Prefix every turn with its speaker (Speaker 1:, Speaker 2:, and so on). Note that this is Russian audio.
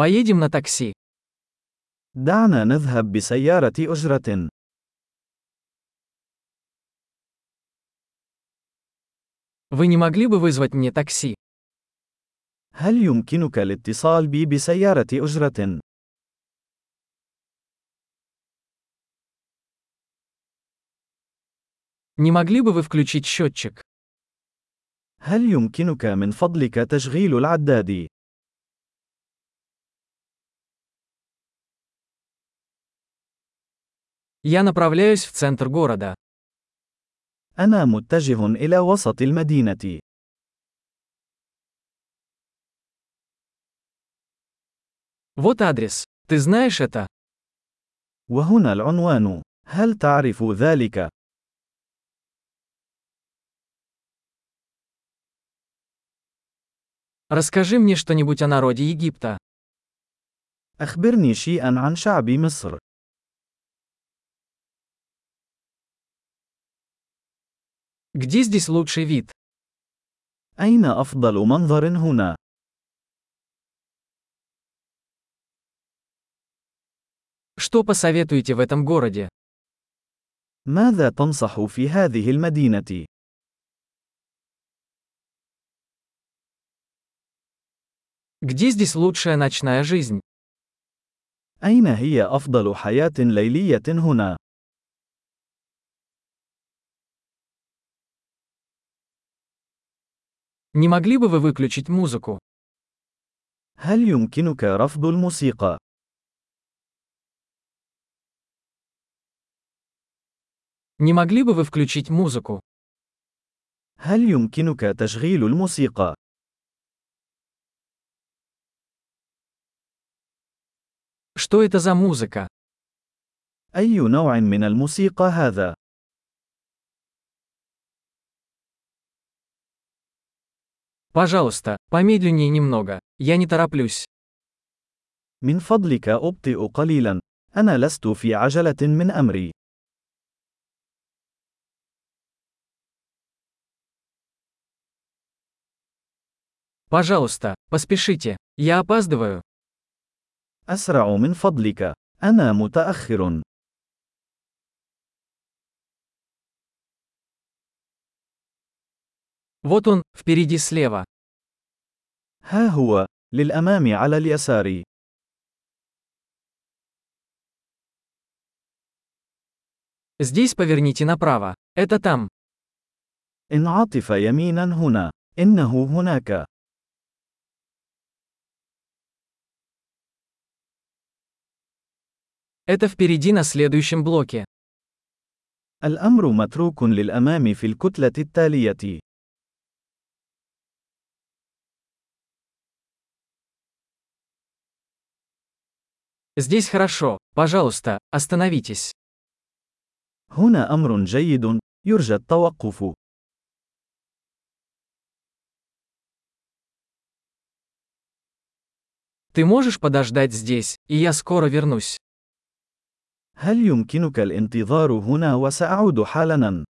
Speaker 1: Поедем на такси.
Speaker 2: دعنا نذهب بسيارة أجرة.
Speaker 1: Вы не могли бы вызвать мне такси?
Speaker 2: هل يمكنك الاتصال بي بسيارة أجرة؟
Speaker 1: Не могли бы вы включить счетчик?
Speaker 2: هل يمكنك من فضلك تشغيل العداد؟
Speaker 1: Я направляюсь в центр города.
Speaker 2: أنا متجه إلى وسط المدينة.
Speaker 1: Вот адрес. Ты знаешь это?
Speaker 2: وهنا العنوان. هل تعرف ذلك؟
Speaker 1: Расскажи мне что-нибудь о народе Египта.
Speaker 2: أخبرني شيئا عن شعب مصر.
Speaker 1: Где здесь лучший вид?
Speaker 2: أين أفضل منظر هنا؟
Speaker 1: Что посоветуете в этом городе?
Speaker 2: ماذا تنصح في هذه المدينة؟
Speaker 1: Где здесь лучшая ночная жизнь?
Speaker 2: أين هي أفضل حياة ليلية هنا؟
Speaker 1: Не могли бы вы выключить музыку?
Speaker 2: هل يمكنك رفض الموسيقى؟
Speaker 1: Не могли бы вы включить музыку?
Speaker 2: هل يمكنك تشغيل الموسيقى؟
Speaker 1: Что это за музыка?
Speaker 2: أي نوع من الموسيقى هذا؟
Speaker 1: Пожалуйста, помедленнее немного. Я не тороплюсь.
Speaker 2: من فضلك أبطئ قليلا. أنا لست في عجلة من أمري.
Speaker 1: Пожалуйста, поспешите. Я опаздываю.
Speaker 2: أسرع من فضلك. أنا متأخر.
Speaker 1: Вот он, впереди слева.
Speaker 2: ها هو. للأمام على اليسار.
Speaker 1: Здесь поверните направо. Это там.
Speaker 2: انعطف يمينا هنا. إنه هناك.
Speaker 1: Это впереди на следующем блоке.
Speaker 2: الأمر متروك للأمام في الكتلة التالية.
Speaker 1: Здесь хорошо. Пожалуйста, остановитесь.
Speaker 2: هنا أمر جيد. يرجى التوقف.
Speaker 1: Ты можешь подождать здесь, и я скоро вернусь.
Speaker 2: هل يمكنك الانتظار هنا وسأعود حالاً؟